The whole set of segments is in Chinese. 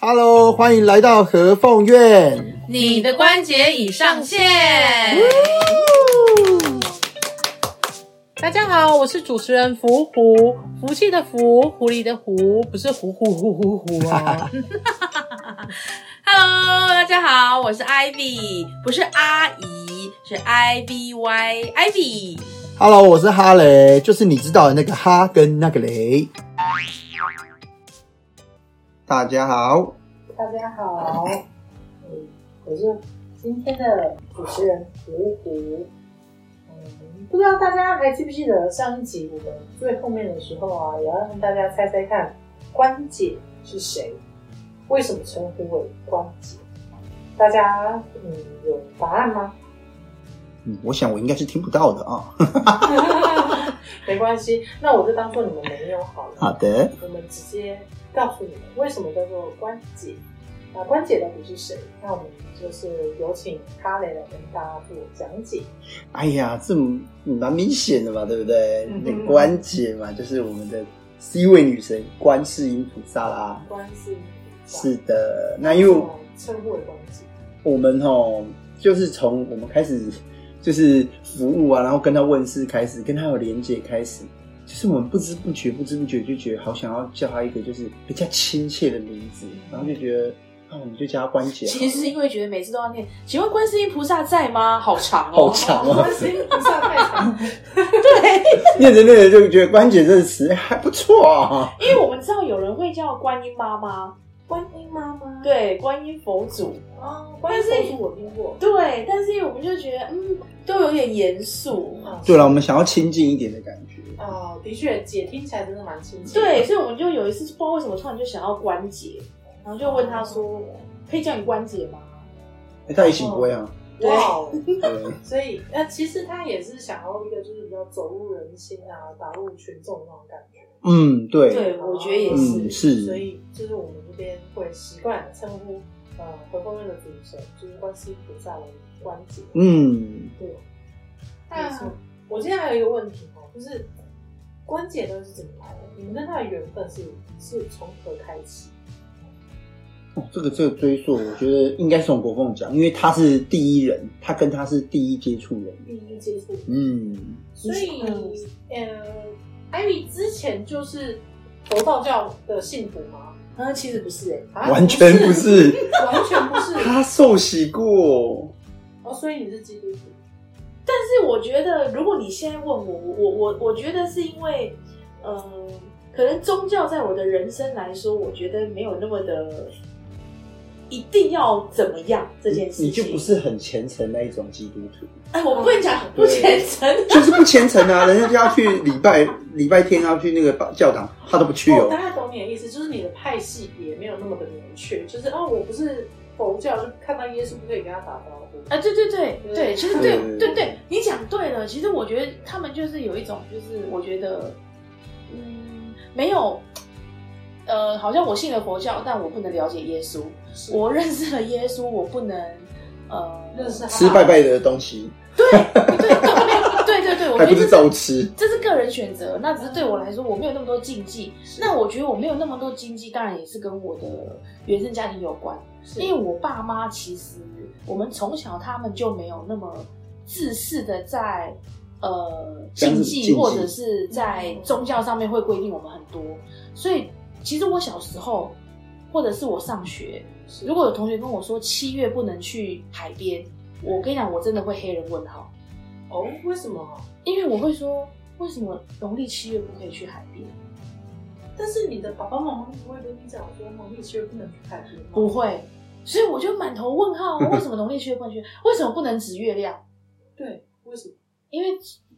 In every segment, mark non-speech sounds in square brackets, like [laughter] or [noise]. Hello，欢迎来到和凤苑。你的关节已上线。大家好，我是主持人福虎，福气的福，狐狸的狐，不是虎虎虎虎虎啊。 [laughs] Hello，大家好，我是 Ivy，不是阿姨，是 I B Y Ivy。 Hello，我是哈雷，就是你知道的那个哈跟那个雷。大家好，大家好，嗯，我是今天的主持人胡胡。嗯，不知道大家还记不记得上一集我们最后面的时候啊，也要让大家猜猜看关姐是谁，为什么称呼为关姐？大家嗯有答案吗？嗯，我想我应该是听不到的啊。没关系，那我就当做你们没有好了。好的，我们直接告诉你们为什么叫做关姐。那关姐到底是谁？那我们就是有请哈雷来跟大家做讲解。哎呀，这蛮明显的嘛，对不对？嗯那关节嘛，就是我们的 C 位女神观世音菩萨啦。关是是的，那因为称呼为关姐，我们哦，就是从我们开始就是服务啊，然后跟他问事开始，跟他有连接开始，就是我们不知不觉、不知不觉就觉得好想要叫他一个就是比较亲切的名字，然后就觉得那、我们就叫他关节好了，其实是因为觉得每次都要念，请问观世音菩萨在吗？好长哦，好长啊，关系不算太长。 [laughs] 念着念着就觉得关节这个词还不错啊。因为我们知道有人会叫观音妈妈，观音妈妈，对，观音佛祖，哦，观音佛祖我听过。对，但是我们就觉得，嗯，都有点严肃，啊对了，我们想要亲近一点的感觉，哦，的确，姐听起来真的蛮亲切。对，，所以我们就有一次不知道为什么突然就想要关节，然后就问他说，可以叫你关节吗？哎，到底行不会啊？哇哦，对，所以那其实他也是想要一个就是比较走入人心啊，打入群众的那种感觉。嗯，对，对，我觉得也是。嗯，是，所以就是我们这边会习惯称呼呃和光院的主神，就是观世音菩萨为关节。嗯，对，没错那。我现在还有一个问题哦，就是关节都是怎么来的？你们跟他的缘分是是从何开启？哦，这个这个追溯，我觉得应该是从国凤讲，因为他是第一人，他跟他是第一接触人。第一接触，嗯，所以呃，艾米之前就是佛道教的信徒吗？嗯，其实不是哎、啊完全不， [laughs] 是，完全不是。他受洗过。哦，所以你是基督徒？但是我觉得，如果你现在问我，我我我觉得是因为，嗯、可能宗教在我的人生来说，我觉得没有那么的一定要怎么样这件事情。你就不是很虔诚那一种基督徒，哎，我不会讲不虔诚， [laughs] 就是不虔诚啊！人家就要去礼拜，礼拜天要去那个教堂，他都不去我哦大。概懂你的意思，就是你的派系也没有那么的明确，就是哦，我不是佛教，就看到耶稣就可以跟他打招呼。啊，对对对对对，其实对对对对，你讲对了。其实我觉得他们就是有一种，就是我觉得，嗯，没有，呃，好像我信了佛教，但我不能了解耶稣。是我认识了耶稣，我不能，呃，认识他吃拜拜的东西，对对啊对对对对，我还觉不得是这照是吃。这是个人选择。那只是对我来说，我没有那么多禁忌。那我觉得我没有那么多禁忌，当然也是跟我的原生家庭有关。是因为我爸妈其实我们从小他们就没有那么自私的在呃这样禁子禁忌忌或者是在宗教上面会规定我们很多，所以其实我小时候或者是我上学，如果有同学跟我说七月不能去海边，我跟你讲，我真的会黑人问号，哦，为什么？因为我会说为什么农历七月不可以去海边？但是你的爸爸妈妈不会跟你讲说农历七月不能去海边吗？不，会。所以我就满头问号啊，为什么农历七月不能去？为什么不能指月亮？对，为什么因为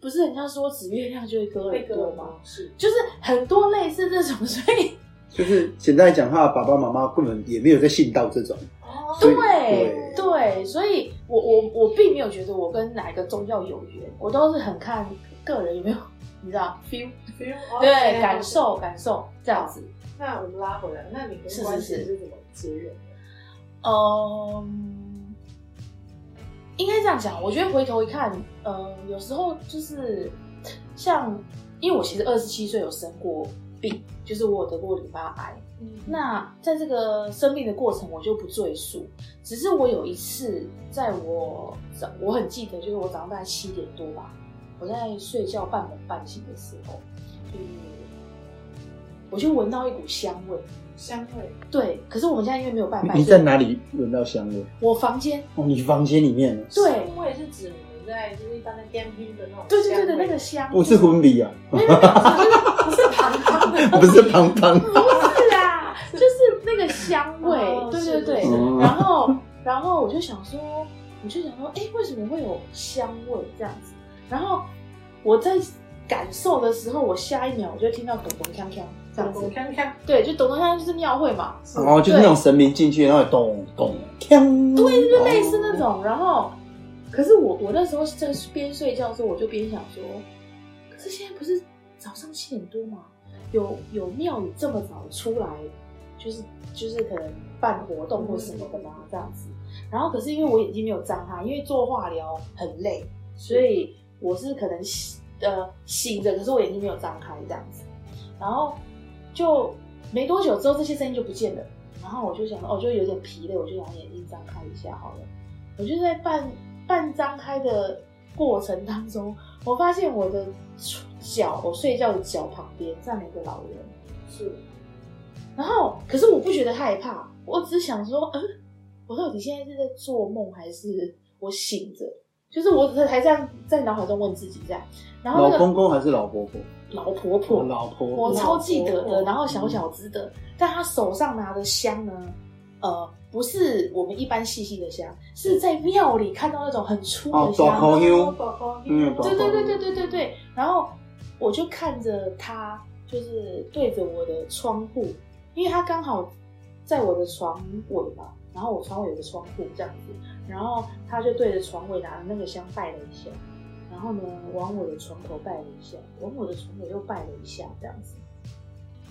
不是人家说指月亮就会割耳被割朵了吗？吗？是就是很多类似这种，所以就是简单来讲，他的爸爸妈妈根本也没有在信道这种。哦对对对，所以我我我并没有觉得我跟哪一个宗教有缘，我都是很看个人有没有，你知道 feel，对，感。受感受这样子。那我们拉回来，那你是是跟关系是是怎么结缘的？嗯，应该这样讲。我觉得回头一看，呃嗯，有时候就是像，因为我其实二十七岁有生过病，就是我有得过淋巴癌。嗯那在这个生病的过程，我就不赘述。只是我有一次，在我早，我很记得，就是我早上大概七点多吧，我在睡觉半梦半醒的时候，就是我就闻到一股香味。香味，对，可是我们家因为没有拜拜，你所在以哪里闻到香味？我房间哦，你房间里面哦，对香味是指我们在就是一般在电冰的那种，对对对的那个，香，不是婚礼啊，没有，没有没有就是不是旁旁的，不是胖胖。不是啦，就是那个香味，哦对是对对。是嗯然后，然后我就想说，我就想说，哎、为什么会有香味这样子？然后我在感受的时候，我下一秒我就听到咚咚锵锵这样香子味，，看看，对，就咚咚锵锵就是庙会嘛，然后哦就是那种神明进去，然后咚咚锵，哦对，就类似那种。然后，可是我我那时候在边睡觉的时候，我就边想说，可是现在不是早上七点多吗？有有庙宇这么早出来，就是就是可能办活动或什么的嘛，这样子。然后可是因为我眼睛没有张开，因为做化疗很累，所以我是可能醒呃醒着，可是我眼睛没有张开这样子。然后就没多久之后，这些声音就不见了。然后我就想，哦，就有点疲累，我就想眼睛张开一下好了。我就在半半张开的过程当中，我发现我的脚，我睡觉的脚旁边站了一个老人。是然后，可是我不觉得害怕，我只想说，嗯，我到底现在是在做梦还是我醒着？就是我只是还这样在脑海中问自己这样。然后老那个公公还是老婆婆？老婆婆，老婆我婆，嗯超记得的，哦然后小小只的，但他手上拿的香呢，呃，不是我们一般细细的香，是在庙里看到那种很粗哦的香，啊大口香宝宝嗯对对对对对对对。然后我就看着他，就是对着我的窗户，因为他刚好在我的床尾嘛，然后我床尾有个窗户这样子，然后他就对着床尾拿那个香拜了一下，然后呢往我的床头拜了一下，往我的床尾又拜了一下这样子。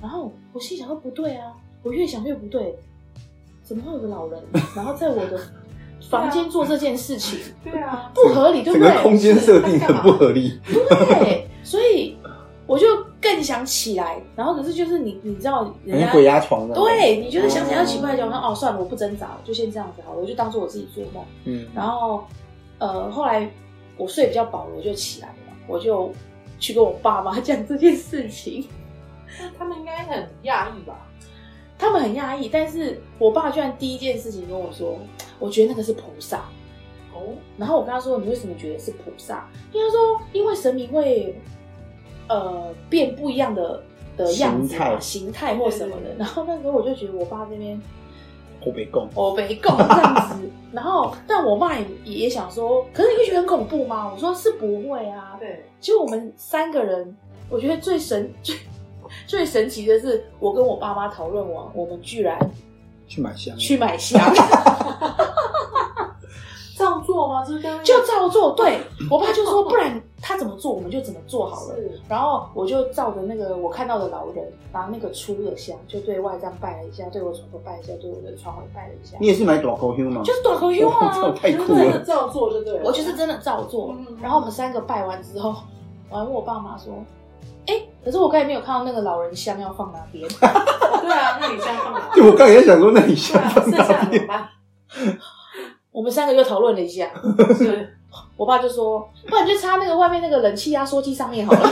然后我心想说不对啊，我越想越不对，怎么会有个老人，然后在我的 [laughs] 房间做这件事情，对啊，不合理，对整不个对？空间设定很不合理。对，所以我就更想起来，然后可是就是你你知道人很像家鬼压床的，，对你觉得想起来奇怪就说哦算了，我不挣扎，就先这样子好了，我就当做我自己做梦。嗯，然后呃后来我睡比较饱了，我就起来了，我就去跟我爸妈讲这件事情，他们应该很讶异吧？他们很压抑，但是我爸居然第一件事情跟我说，我觉得那个是菩萨。哦，然后我跟他说：“你为什么觉得是菩萨？”因为他说：“因为神明会，呃，变不一样的的样子嘛、形态或什么的。”然后那时候我就觉得我爸这边我被供，我没供这样子，然后但我爸也也想说，可是你不觉得很恐怖吗？我说是不会啊。对，其实我们三个人，我觉得最神 [laughs] 最最神奇的是，我跟我爸妈讨论完，我们居然去买香，去买香。 [laughs] 照做吗？就是刚刚就照做。对我爸就说，不然他怎么做我们就怎么做好了。是然后我就照着那个我看到的老人，拿那个粗的香，就对外这样拜了一下，对我床头拜一下，对我的床尾拜了一下你，也是买短口香吗？就是短口用哇这啊。太酷真的了，照做就对了。我就是真的照做嗯。然后我们三个拜完之后，我还问我爸妈说：“哎、可是我刚才没有看到那个老人香要放哪边。对啊，那你现在 [laughs] 放哪？就我刚才想说，那你对香啊，放剩哪下边？怎 [laughs] 么办？”我们三个又讨论了一下，是我爸就说：“不然就插那个外面那个冷气压缩机上面好了。”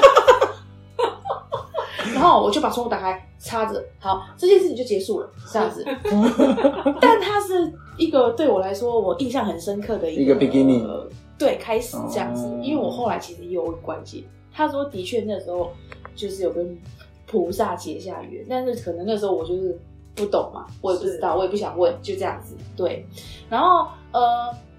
[laughs] 然后我就把窗户打开，插着，好，这件事情就结束了，这样子。 [laughs] 但它是一个对我来说，我印象很深刻的一个一个 beginning 呃对，开始这样子哦，因为我后来其实也有关节，他说的确那时候就是有跟菩萨结下缘，但是可能那时候我就是不懂嘛，我也不知道，我也不想问，就这样子，对。然后呃，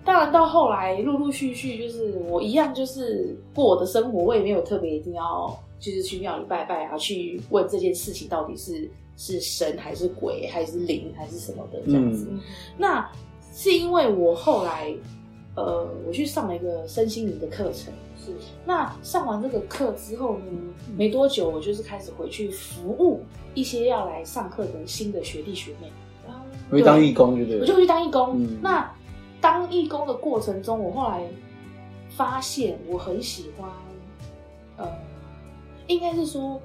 当然到后来陆陆续续就是我一样就是过我的生活，我也没有特别一定要就是去庙里拜拜啊，去问这件事情到底是是神还是鬼还是灵还是什么的这样子。嗯那是因为我后来呃，我去上了一个身心灵的课程。是，那上完这个课之后呢，没多久我就是开始回去服务一些要来上课的新的学弟学妹。会当义工就对我就了，去当义工。嗯那当义工的过程中，我后来发现我很喜欢，呃，应该是说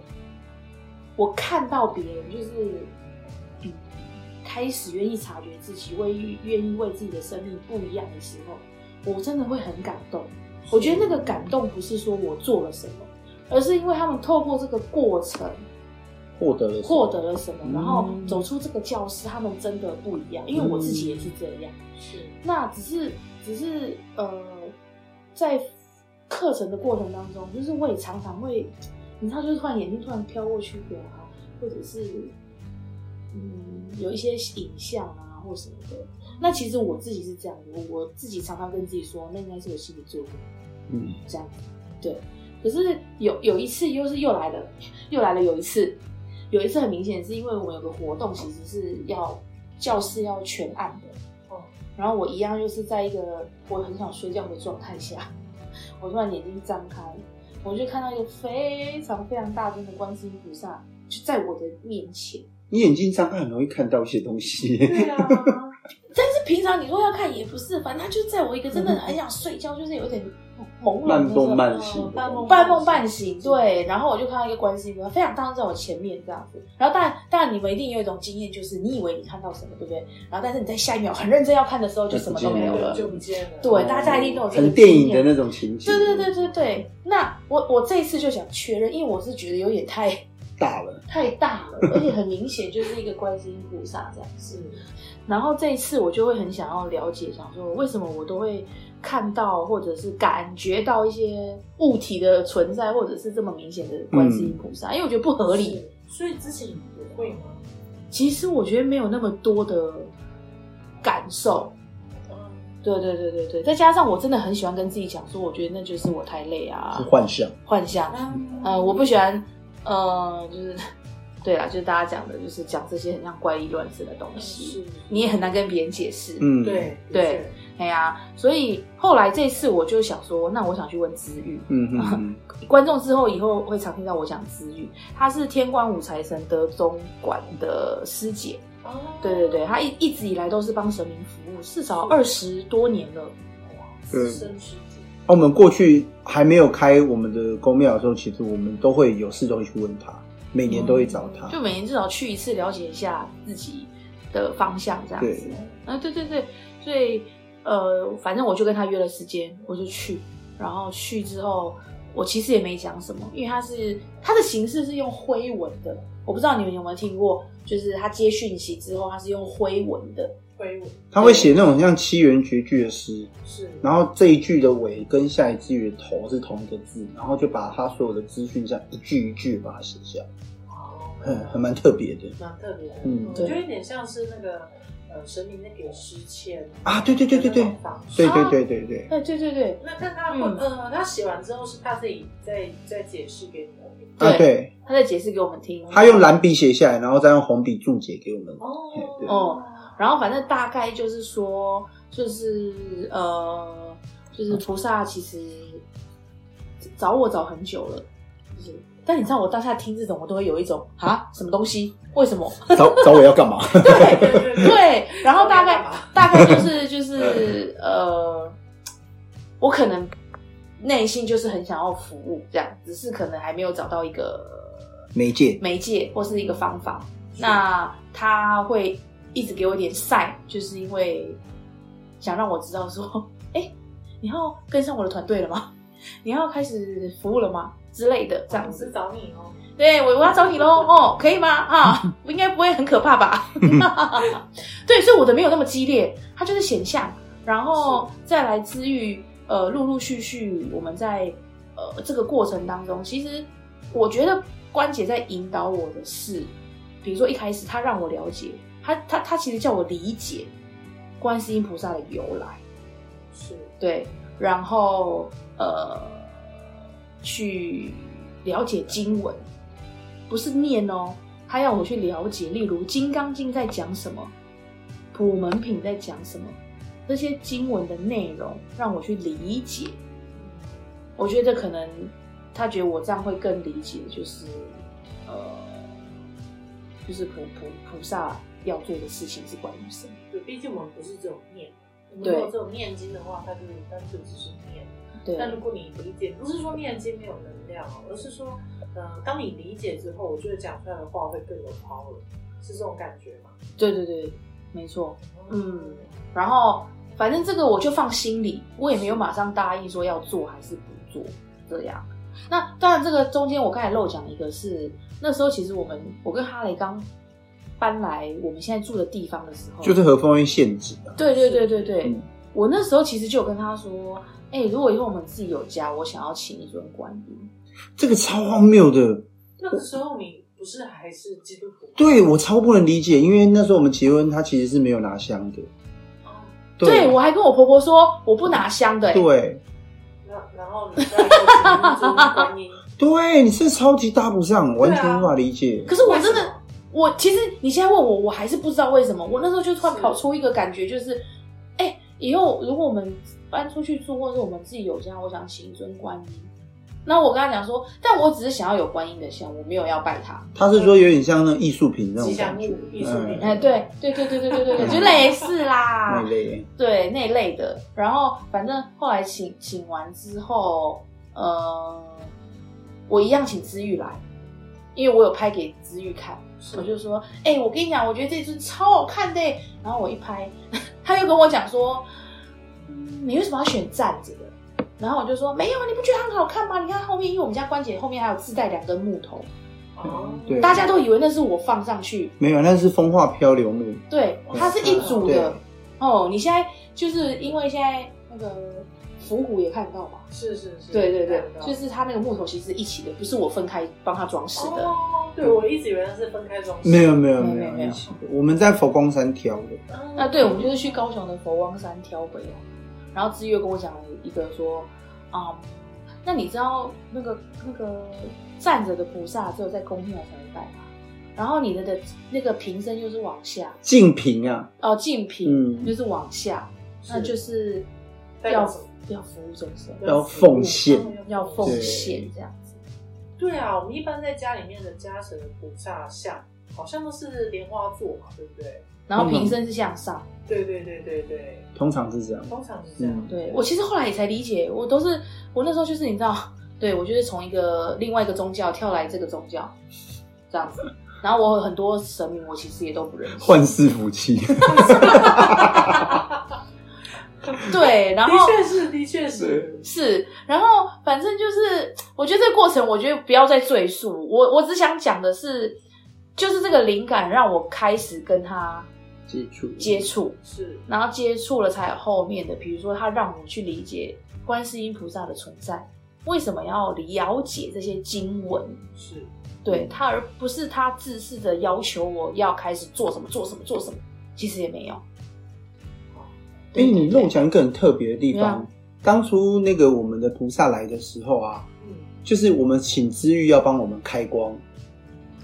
我看到别人就是，嗯，开始愿意察觉自己，为愿意为自己的生命不一样的时候，我真的会很感动。我觉得那个感动不是说我做了什么，而是因为他们透过这个过程获得了获得了什么，然后嗯走出这个教室，他们真的不一样。因为我自己也是这样。是那只是只是呃，在课程的过程当中，就是我也常常会，你知道，就是突然眼睛突然飘过去的啊，或者是嗯有一些影像啊或什么的。那其实我自己是这样的，我我自己常常跟自己说，那应该是我心理作用。嗯，这样，对。可是有有一次又是又来了， [laughs] 又来了有一次，有一次很明显是因为我们有个活动，其实是要教室要全暗的，哦然后我一样又是在一个我很想睡觉的状态下， [laughs] 我突然眼睛张开，我就看到一个非常非常大尊的观世音菩萨就在我的面前。你眼睛张开很容易看到一些东 [laughs] 西。对啊，但是平常你说要看也不是，反正他就在我一个真的很想睡觉，就是有点朦胧的慢时候动慢哦行，半梦半梦半醒，对。然后我就看到一个观世音菩萨非常大在我前面这样子。然后当然，当然你们一定有一种经验，就是你以为你看到什么，对不对？然后但是你在下一秒很认真要看的时候，就什么都没有了。就不见了。对大家一定都有这个很电影经的验那种情节，对对对对对。那我我这一次就想确认，因为我是觉得有点太大了，太大了，而且很明显就是一个观世音菩萨这样子。是然后这一次我就会很想要了解，想说为什么我都会看到或者是感觉到一些物体的存在，或者是这么明显的观世音菩嗯萨，因为我觉得不合理。。是所以之前也会吗？其实我觉得没有那么多的感受。嗯对对对对对，再加上我真的很喜欢跟自己讲说，我觉得那就是我太累啊是，幻想。幻象。呃，我不喜欢，呃，就是 [laughs] 对啦，啊就是大家讲的，就是讲这些很像怪力乱神的东西，嗯是，你也很难跟别人解释。嗯，，对对，哎呀、所以后来这次我就想说，那我想去问资玉。嗯嗯嗯，观众之后以后会常听到我讲资玉，她是天官五财神德宗馆的师姐，哦对对对，她一一直以来都是帮神明服务，至少二十多年了。对资深师姐，啊我们过去还没有开我们的公庙的时候，其实我们都会有事都会去问他，每年都会找他。就每年至少去一次，了解一下自己的方向这样子对。啊，对对对，所以呃，反正我就跟他约了时间，我就去。然后去之后，我其实也没讲什么，因为他是他的形式是用灰文的，我不知道你们有没有听过，就是他接讯息之后，他是用灰文的。推我他会写那种像七元绝句的诗，是，然后这一句的尾跟下一句的头是同一个字，然后就把他所有的资讯这样一句一句把它写下， [laughs] 哦很很蛮特别的蛮特别的，嗯就对有点像是那个呃神明在给诗签，啊！对对对对对，对对对对对，哎，对对对，哦那看他会嗯呃，他写完之后是他自己再再解释给你们。对啊对，他在解释给我们听。他用蓝笔写下来，然后再用红笔注解给我们。哦对哦，然后反正大概就是说，就是呃，就是菩萨其实找我找很久了，就是，但你知道我当下听这种，我都会有一种啊，什么东西？为什么？ [laughs] 找找我要干嘛？ [laughs] 对对对对，然后大概干嘛大概就是就是呃，我可能内心就是很想要服务这样，只是可能还没有找到一个媒介，媒介或是一个方法。那他会一直给我一点晒，就是因为想让我知道说， [laughs] 哎、你要跟上我的团队了吗？你要开始服务了吗？之类的，这样我子。是找你哦，对我我要找你喽，哦，可以吗？啊，应该不会很可怕吧？ [laughs] 对，所以我的没有那么激烈，它就是显像，然后再来之于呃，陆陆续续我们在呃这个过程当中，其实我觉得关姐在引导我的是，比如说一开始她让我了解，她她她其实叫我理解观世音菩萨的由来。是对，然后呃，去了解经文，不是念哦，他要我去了解，例如《金刚经》在讲什么，《普门品》在讲什么，这些经文的内容让我去理解。我觉得可能他觉得我这样会更理解，就是呃，就是普普菩萨要做的事情是关于什么。对，毕竟我们不是只有念，我们对如果只有念经的话，他就他就只是念，对那如果你理解，不是说念经没有能量哦，而是说，呃，当你理解之后，我觉得讲出来的话会更有 power，是这种感觉吗？对对对，没错。嗯，然后反正这个我就放心里，我也没有马上答应说要做还是不做这样。那当然，这个中间我刚才漏讲一个是，那时候其实我们我跟哈雷刚搬来我们现在住的地方的时候，就是和风院限制的，对对对对对，嗯我那时候其实就有跟他说，哎、如果以后我们自己有家，我想要请一尊观音。这个超荒谬的。那个时候你不是还是基督徒？对我超不能理解，因为那时候我们结婚，他其实是没有拿香的。对我还跟我婆婆说我不拿香的、哎对然然后你再说基督观音，对，你是超级搭不上，完全无法理解。 [laughs] 可是我真为什的么，我其实你现在问我，我还是不知道为什么。我那时候就突然是跑出一个感觉，就是，哎、以后如果我们搬出去住，或者我们自己有家，我想请一尊观音。那我跟他讲说，但我只是想要有观音的像，我没有要拜他。他是说有点像那种艺术品那种吉祥感觉嗯物，艺术品，哎、对对对对对对对对，就类似啦那一，类。对那一类的。然后反正后来请请完之后，呃，我一样请知玉来，因为我有拍给知玉看。是我就说，哎、我跟你讲，我觉得这尊超好看的欸、然后我一拍， [laughs] 他又跟我讲说、嗯，你为什么要选站着的？然后我就说，没有，你不觉得很好看吗？你看后面，因为我们家关节后面还有自带两根木头，哦，嗯对，大家都以为那是我放上去，没有，那是风化漂流木。对，它是一组对的。哦，你现在就是因为现在那个伏虎也看得到嘛？是是是，对对对，就是是它那个木头其实是一起的，不是我分开帮它装饰的。哦，对我一直以为那是分开装饰，没有没有没没有没有，一有起的。我们在佛光山挑的，啊那对，我们就是去高雄的佛光山挑回来，然后志月跟我讲了一个说，啊、那你知道那个那个站着的菩萨只有在宫庙才能拜吗？然后你的的那个瓶身又是往下，净瓶啊，哦、净瓶嗯就是往下，那就是代表要什么要服务众生，要奉献，要奉对献这样子。对啊，我们一般在家里面的家神的菩萨像，好像都是莲花座嘛，对不对？然后瓶身是向上，对对对对对，通常是这样。通常是这样。嗯对我其实后来也才理解，我都是我那时候就是你知道，对我就是从一个另外一个宗教跳来这个宗教，这样子。然后我很多神明我其实也都不认识，幻世福气，对，然的后 [laughs] 确是，的确是，是，然后反正就是，我觉得这个过程，我觉得不要再赘述，我我只想讲的是，就是这个灵感让我开始跟他接触接触，是然后接触了才有后面的，比如说他让我去理解观世音菩萨的存在，为什么要了解这些经文，是，对他，而不是他自私的要求我要开始做什么做什么做什么，其实也没有。哎、对你漏讲一个很特别的地对方啊。当初那个我们的菩萨来的时候啊，嗯，就是我们请知遇要帮我们开光，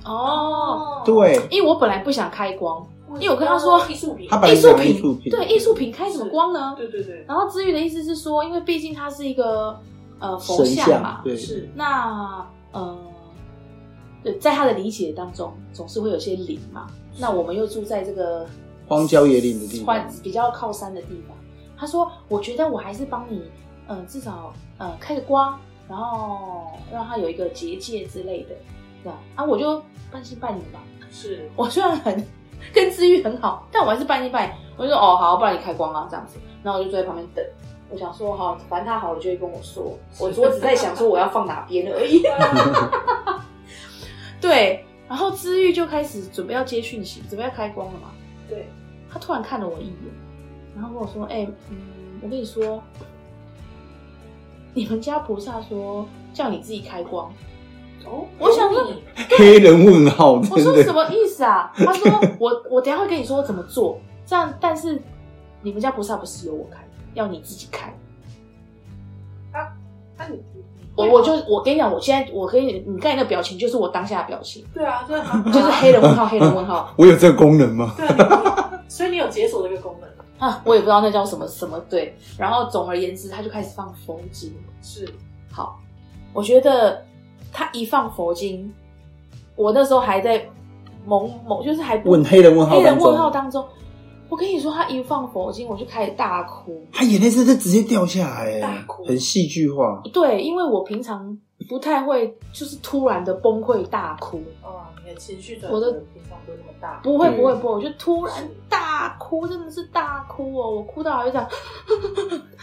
哦，，对，因为我本来不想开光，哦因为我跟他说艺术品，他本来艺术想品艺术品对艺术品开什么光呢？对对对，然后知玉的意思是说，因为毕竟它是一个呃佛神像嘛，对，是那呃，对，在他的理解当中，总是会有些灵嘛。那我们又住在这个荒郊野岭的地方环，比较靠山的地方。他说：“我觉得我还是帮你，嗯、至少呃开个光，然后让它有一个结界之类的，这样啊，我就半信半疑吧。是，我虽然很 [laughs] 跟治愈很好，但我还是半信半疑。我就说哦好，不然你开光啊这样子。然后我就坐在旁边等。我想说好，反正他好了就会跟我说，我我只在想说我要放哪边而已。对，然后知玉就开始准备要接讯息，准备要开光了嘛。对，他突然看了我一眼，然后跟我说：“哎、嗯，我跟你说，你们家菩萨说叫你自己开光。哦，我想说你黑人问号，”我真说：“什的么意思啊？”他说：“我我等一下会跟你说怎么做。这样，但是你们家菩萨不是由我开，要你自己开。那你你我我就我跟你讲，我现在我跟你你刚才那个表情就是我当下的表情， [laughs] 对啊，对啊，就是黑人问号，黑人问号。”我有这个功能吗？对啊，你 [laughs] 所以你有解锁这个功能，啊，我也不知道那叫什么什么对。然后总而言之，他就开始放佛经。是好，我觉得他一放佛经，我那时候还在懵懵，就是还不问黑人问号黑人当问号中，当中，我跟你说，他一放佛经，我就开始大哭。他眼泪真的直接掉下来，大哎哭很戏剧化。对，因为我平常不太会，就是突然的崩溃大哭，哦，你的情绪转我折的平常不会那么大。不会对不会不会，我就突然大哭，真的是大哭哦，我哭到好像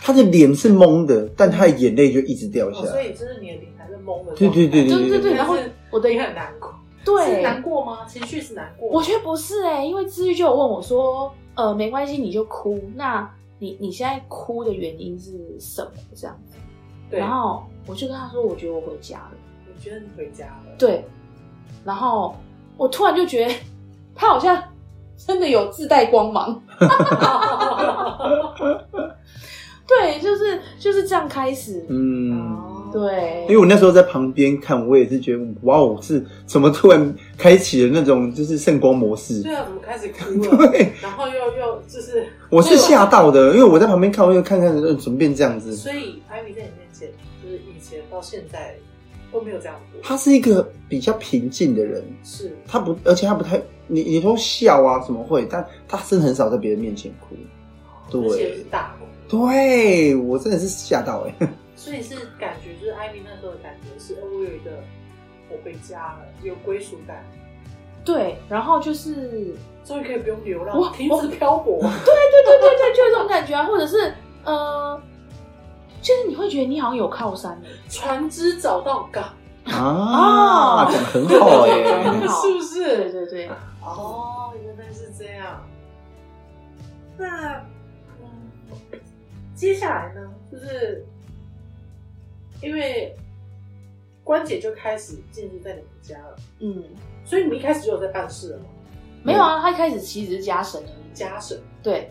他的脸是懵的，但他的眼泪就一直掉下哦，所来。以就是你的脸还是懵的状态。对对对哦对对对，但是然后我的你很难过。是对，难过吗？情绪是难过。我觉得不是哎、因为治愈就有问我说，呃，没关系，你就哭，那你你现在哭的原因是什么？这样，对，然后我就跟他说，我觉得我回家了。我觉得你回家 [laughs] 了。对，然后我突然就觉得他好像真的有自带光芒。对，就是就是这样开始。嗯，哦，对，因为我那时候在旁边看，我也是觉得哇哦，是怎么突然开启了那种就是圣光模式？对啊，怎么开始哭了？对，然后又又就是，我是吓到的，因为我在旁边看，我就看看呃怎么变这样子。所以艾米在你面前，就是以前到现在都没有这样过。他是一个比较平静的人，是，他不，而且他不太，你你说笑啊怎么会？但他真的很少在别人面前哭。而且是对，大哭。对我真的是吓到 [laughs] 哎、所以是感觉，就是艾米那时候的感觉是，呃我有一个我回家了，有归属感，对，然后就是，对终于可以不用流我浪，停止漂泊。对对对，就是这种感觉啊，或者是呃，就是你会觉得你好像有靠山了。船只找到港，啊，哦讲、得很好哎、很好是不对 [laughs] 是？对对，哦，原来是这样。那，嗯，接下来呢，就是因为关姐就开始进入在你们家了，嗯，所以你们一开始就有在办事了吗？没有啊，他一开始其实是加神而已。家神对，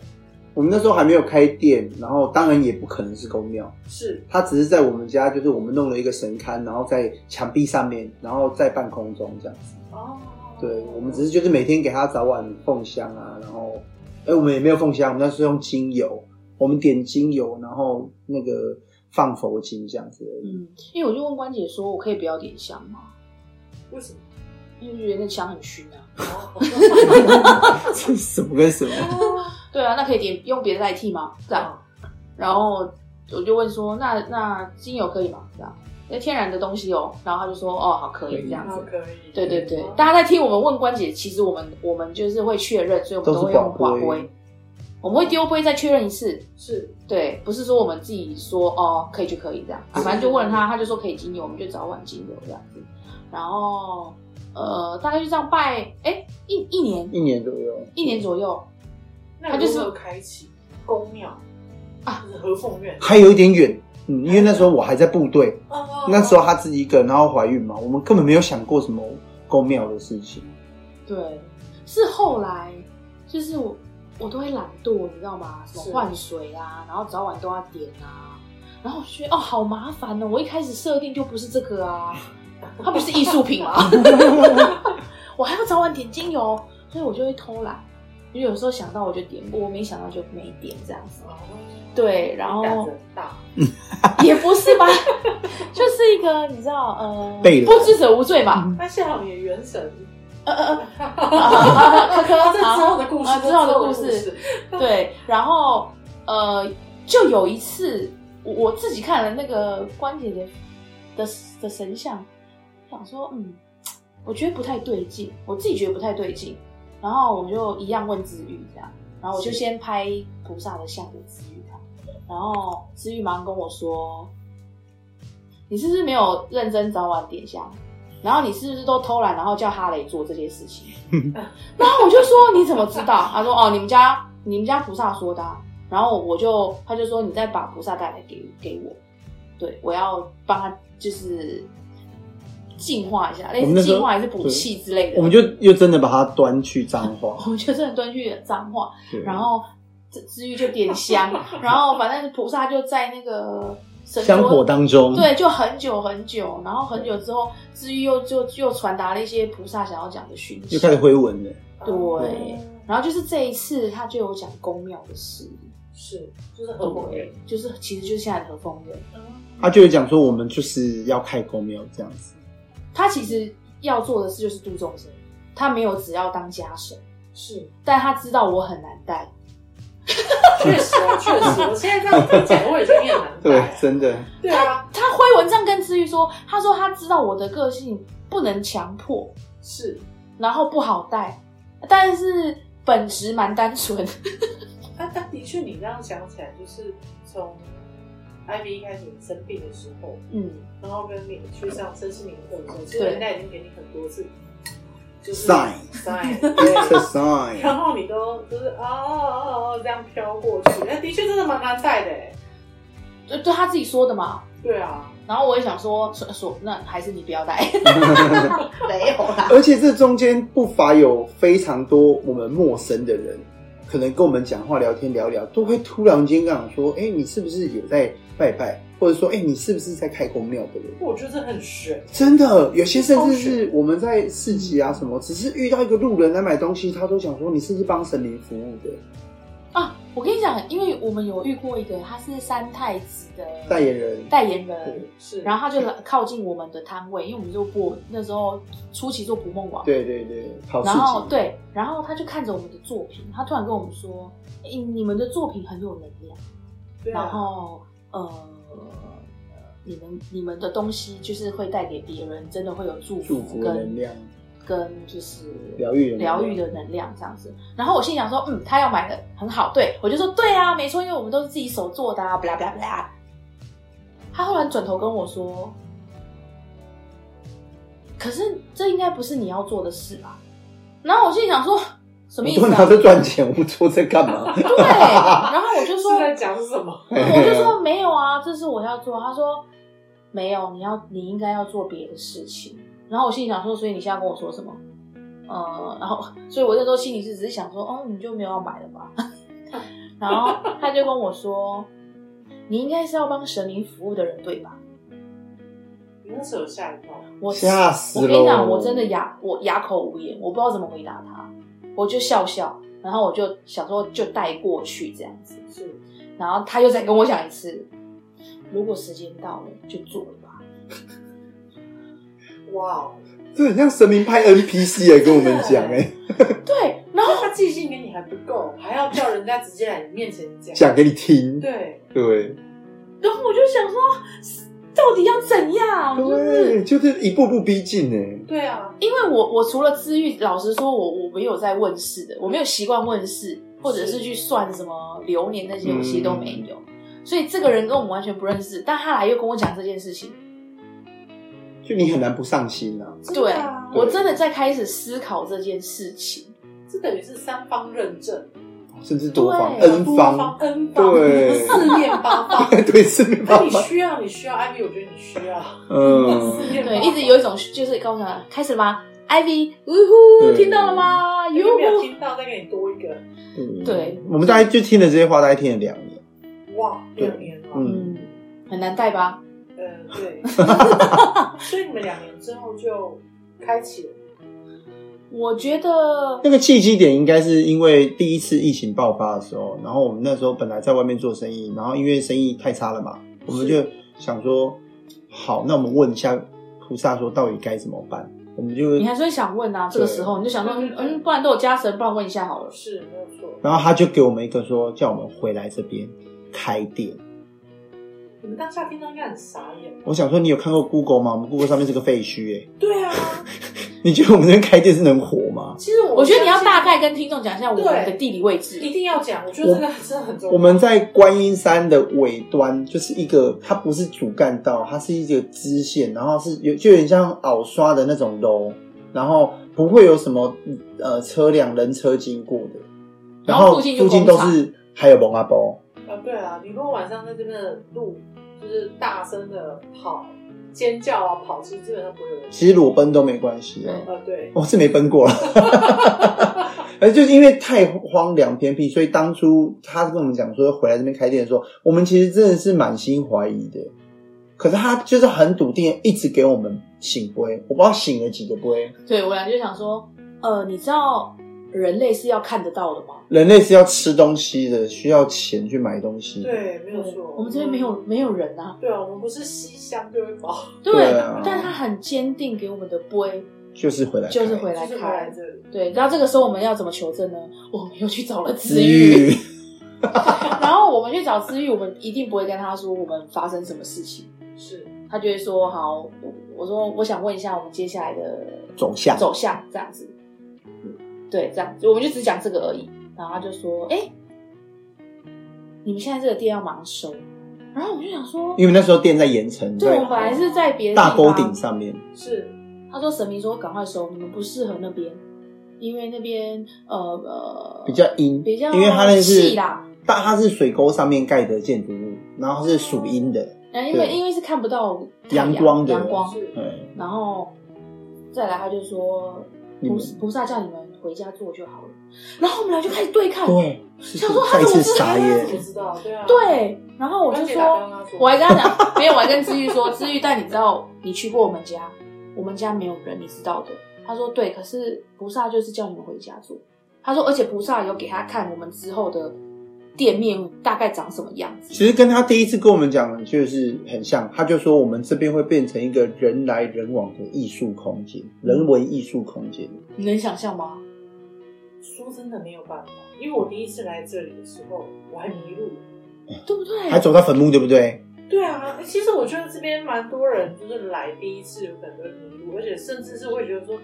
我们那时候还没有开店，然后当然也不可能是公庙，是它只是在我们家，就是我们弄了一个神龛，然后在墙壁上面，然后在半空中这样子。哦，对，我们只是就是每天给他早晚奉香啊，然后，哎，我们也没有奉香，我们那是用精油，我们点精油，然后那个放佛经这样子而 [laughs] 已。嗯，因为我就问关姐说，我可以不要点香吗？为什么？因为觉得那香很熏啊。哦这是什么跟什么？对啊，那可以点用别的代替吗？这样，然后我就问说，那那精油可以吗？这样，那天然的东西哦。然后他就说，哦，好，可可以以这样子。可以。对对对哦，大家在听我们问关姐，其实我们我们就是会确认，所以我们都是会用宝瓦龟龟，我们会丢杯再确认一次。是对，不是说我们自己说哦可以就可以这样，啊、反正就问他，他就说可以精油，我们就早晚精油这样子。然后呃，大概就这样拜，哎、一一年一年左右，一年左右，那他就是如何开启宫庙啊，就是和凤院。还有一点远，嗯，因为那时候我还在部队，哦那时候她自己一个人，然后怀孕嘛，我们根本没有想过什么公庙的事情。对，是后来就是我我都会懒惰，你知道吗？什么是换水啊，然后早晚都要点啊，然后我觉得哦好麻烦哦，我一开始设定就不是这个啊，它不是艺术品吗？我还要早晚点精油，所以我就会偷懒，因为有时候想到我就点，我没想到就没点这样子。哦对，然后胆子很大， [laughs] 也不是吧，就是一个你知道，呃，被不知者无罪嘛，嗯那幸好你的元神，呃呃呃， [laughs] 可可可这之后的故啊事，之后的故这事，对，然后呃，就有一次我我自己看了那个关姐姐的的神像，想说嗯，我觉得不太对劲，我自己觉得不太对劲，然后我就一样问子玉这样，然后我就是先拍菩萨的像给子玉看，然后子玉马上跟我说，你是不是没有认真早晚点香？然后你是不是都偷懒，然后叫哈雷做这些事 [laughs] 情？然后我就说你怎么知道？他说哦，你们家你们家菩萨说的、啊。然后我就他就说你再把菩萨带来给给我，对我要帮他就是净化一下，类我们那似时候净化还是补气之类的。我们就又真的把它端去彰化，我就真的端去脏话，对然后这之玉就 [laughs] 点香，然后反正菩萨就在那个神香火桌当中，对，就很久很久，然后很久之后，知玉又就又传达了一些菩萨想要讲的讯息又。开始回文了。对，嗯然后就是这一次，他就有讲宫庙的事，是就是和哦凤院对，，就是其实就是现在的和风人，他就有讲说，我们就是要开公庙这样子。他其实要做的事就是度众生，他没有只要当家神，是但他知道我很难带，确实啊，确实，我现在这样再讲，我也觉得有点难 [laughs] 哎对办，。真 [laughs] 的，对啊，他回文章跟知玉说，他说他知道我的个性不能强迫，是然后不好带，但是本质蛮单纯。他他的确，你这样想起来，就是从 I V 开始你生病的时候，嗯，然后跟你去上身心灵课的时候，其实人家已经给你很多次，就是 Sign [laughs] sign， it's a 对。 sign。然后你都就是哦哦哦哦这样飘过去，那的确真的蛮难带的欸。就对他自己说的嘛。对啊，然后我也想说，说说那还是你不要带。 [laughs] 没有啦，而且这中间不乏有非常多我们陌生的人，可能跟我们讲话、聊天、聊聊，都会突然间跟我们说：“哎、你是不是有在拜拜？”或者说：“哎、你是不是在开公庙的人我觉得这很悬。？”真的，有些甚至是我们在市集啊什么，只是遇到一个路人来买东西，他都想说：“你是不是帮神明服务的啊，我跟你讲，因为我们有遇过一个，他是三太子的代言人？”代言人，是，然后后他就来靠近我们的摊位，因为我们就播那时候初期做捕梦网，对对对，好然后事情。对，然后他就看着我们的作品，他突然跟我们说：“诶你们的作品很有能量，对然啊，后呃，你们你们的东西就是会带给别人，真的会有祝祝福福跟能量，跟就是疗愈的能量疗愈的能量这样子。然后我心想说，嗯，他要买的很好，对我就说对啊，没错，因为我们都是自己手做的啊，不啦不啦不啦。他后来转头跟我说，可是这应该不是你要做的事吧？然后我心想说，什么意 [laughs] 我都思、拿啊？着赚钱，我做这干嘛？对，然后我就是说，在讲什么？ [laughs] 我就说没有啊，这是我要做。他说没有，你要你应该要做别的事情。然后我心里想说，所以你现在跟我说什么？呃，然后 [laughs] 所以我那时候心里是只是想说，哦，你就没有要买了吧？ [laughs] 然后他就跟我说，你应该是要帮神明服务的人对吧？你那时候有吓一跳吗，我吓死我跟你讲，咯我真的哑，我哑口无言，我不知道怎么回答他，我就笑笑，然后我就想说就带过去这样子。是然后他又再跟我讲一次，如果时间到了就做了吧。哇哦，这很像神明派 NPC 来跟我们讲哎、对，然后那他记性给你还不够，还要叫人家直接来你面前讲。讲给你听。对，对然后我就想说，到底要怎样？哦就是对，就是一步步逼近哎、对啊，因为我我除了自愈，老实说我我没有在问世的，我没有习惯问世，或者是去算什么流年那些，我嗯其实都没有。所以这个人跟我们完全不认识，但他来又跟我讲这件事情，就你很难不上心啊。真对的啊我真的在开始思考这件事情。这等于是三方认证甚至多方对 N 多方， N 方，对四面八方。 [laughs] 对，是没那办你法。需要，你需要艾米，我觉得你需要。 [laughs] 嗯，对，一直有一种就是告诉他开始了吗？Ivy，呜呼，对听到了吗？有哟没有呼，听到？再给你多一个，对，我们大概就听了这些话，大概听了两年。哇，两年了，嗯嗯，很难带吧？呃， [laughs] 对。所以你们两年之后就开启了，我觉得那个契机点应该是因为第一次疫情爆发的时候，然后我们那时候本来在外面做生意，然后因为生意太差了嘛，我们就想说，好，那我们问一下菩萨说到底该怎么办？我们就你还是会想问啊，这个时候你就想说，嗯嗯，不然都有加神，不然问一下好了。是没有错。然后他就给我们一个说，叫我们回来这边开店。你们当下听到应该很傻眼。我想说，你有看过 Google 吗？我们 Google 上面是个废墟、欸， [laughs] 对啊，你觉得我们这边开店是能活吗？其实我我觉得你要相信啊大概跟听众讲一下我们的地理位一置。定要讲，我觉得这个真的很重要。我们在观音山的尾端，就是一个它不是主干道，它是一个支线，然后是有就有点像袄刷的那种楼，然后不会有什么呃车辆人车经过的，然然后后附近就附近工都厂是还有蒙阿包，啊，对啊，你如果晚上在这边的路就是大声的跑、尖叫啊跑，其实基本上不会有人。其实裸奔都没关系啊。呃，对，我是没奔过了， [laughs] 而就是因为太荒凉偏僻，所以当初他跟我们讲说回来这边开店的时候，我们其实真的是满心怀疑的。可是他就是很笃定，一直给我们醒杯，我不知道醒了几个杯。对我俩就想说，呃，你知道人类是要看得到的吗？人类是要吃东西的，需要钱去买东西。，对，没有错。嗯我们这边没有。没有人啊。对啊，我们不是西乡就会跑，对啊但他很坚定给我们的杯，就是回来开，就是回来就是回来嗯开。这里。 [laughs] 对，然后这个时候我们要怎么求证呢？我们又去找了私子玉，欲。 [laughs] [laughs] 然后我们去找思玉，我们一定不会跟他说我们发生什么事情，是他就会说好，我我说我想问一下我们接下来的走向走向这样子，嗯，对，这样子我们就只讲这个而已。然后他就说，哎、你们现在这个店要忙收，然后我就想说，因为那时候店在盐城，对，在我本来是在别的地大方沟顶上面，是，他说神明说赶快收，你们不适合那边，因为那边呃呃比较阴，比较因为它那是细啦，大它是水沟上面盖的建筑物，然后它是属阴的，然哎后因为对因为是看不到太阳光的嗯阳光，是嗯，然后再来他就说你们菩菩萨叫你们回家做就好了，然后我们俩就开始对看，对，是想说再他一怎么次知道傻眼，我知道，对啊，对，然后我就姐打电说话跟他说，我还跟他讲，没有，我还跟知玉说，知玉，但你知道你去过我们家，我们家没有人，你知道的。他说对，可是菩萨就是叫你们回家做。他说，而且菩萨有给他看我们之后的店面大概长什么样子。其实跟他第一次跟我们讲就是很像，他就说我们这边会变成一个人来人往的艺术空间，人文艺术空间。你能想象吗？说真的没有办法，因为我第一次来这里的时候，我还迷路。对不对？还走到坟墓，对不对？对啊，其实我觉得这边蛮多人就是来第一次有可能会迷路，而且甚至是会觉得说，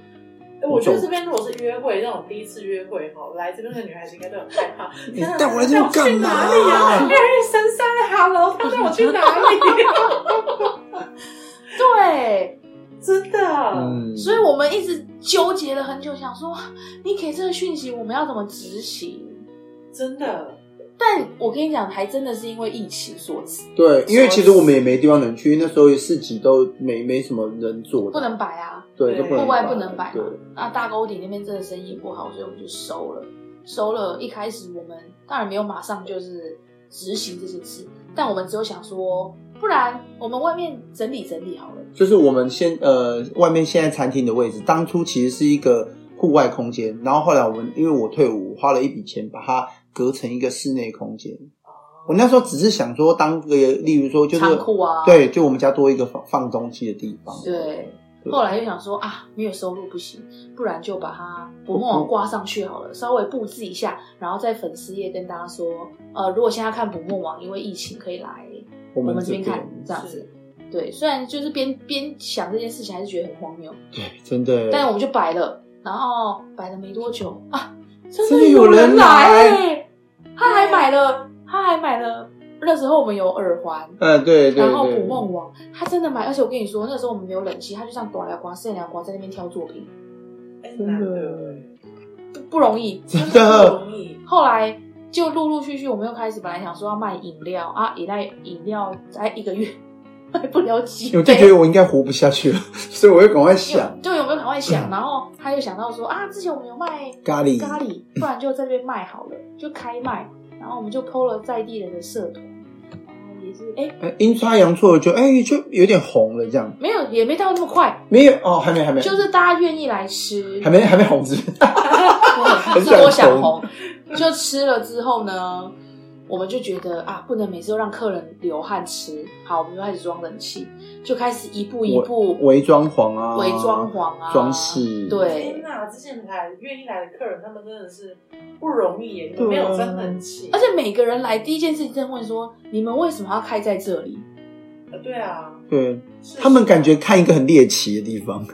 哎，我觉得这边如果是约会那种第一次约会哈，来这边的女孩子应该都很害怕。嗯你天哪带我来这里干嘛带我去哪里 [laughs] 啊？哎，神山哈喽，他带我去哪里？啊对， [laughs] 真的，嗯，所以我们一直纠结了很久，想说你给这个讯息，我们要怎么执行？真的，但我跟你讲，还真的是因为疫情所致，对，因为其实我们也没地方能去，因为那时候市集都没没什么人做的，不能摆啊。对，都不能户外不能摆对嘛，。那大沟顶那边真的生意不好，所以我们就收了。收了，一开始我们当然没有马上就是执行这些事，但我们只有想说，不然我们外面整理整理好了。就是我们现呃外面现在餐厅的位置，当初其实是一个户外空间，然后后来我们因为我退伍，花了一笔钱把它隔成一个室内空间。我那时候只是想说，当个例如说就是哦仓库啊对，就我们家多一个放放东西的地方。对，对后来又想说啊，没有收入不行，不然就把它博梦网挂上去好了，稍微布置一下，然后在粉丝页跟大家说，呃，如果现在看博梦网，因为疫情可以来我我们们这这边边看，这样子。对，虽然就是边边想这件事情，还是觉得很荒谬。对，真的。但我们就摆了，然后摆了没多久啊，真真的的有人人来欸他还买了，他还买了。那时候我们有耳环，嗯，对对然后捕对，梦网，他真的买。而且我跟你说，那时候我们没有冷气，他就这样短来刮、剩来刮，在那边挑作品，哎，真难的得，不不容易。 [laughs] 真真的不的，容易，后来就陆陆续续，我们又开始本来想说要卖饮料啊，饮料饮料才一个月卖不了几杯，我就觉得我应该活不下去了，所以我就赶快想有就有没有赶快想？然后他又想到说啊，之前我们有卖咖喱咖喱，不然就在这边卖好了，就开卖。然后我们就 PO 了在地人的社团，然后也是哎、呃阴差阳错就哎就有点红了这样，没有也没到那么快，没有哦，还没还没，就是大家愿意来吃， [laughs] 还没还没红是不是？我想是我想红红，就吃了之后呢，我们就觉得啊，不能每次都让客人流汗吃，好，我们就开始装冷气，就开始一步一步伪装潢啊，伪装潢啊，装饰天对。哪！之前来愿意来的客人，他们真的是不容易耶，你对啊们没有真冷气而，且每个人来第一件事情在问说：“你们为什么要开在这里？”呃对啊，对是他们感觉看一个很猎奇的地方，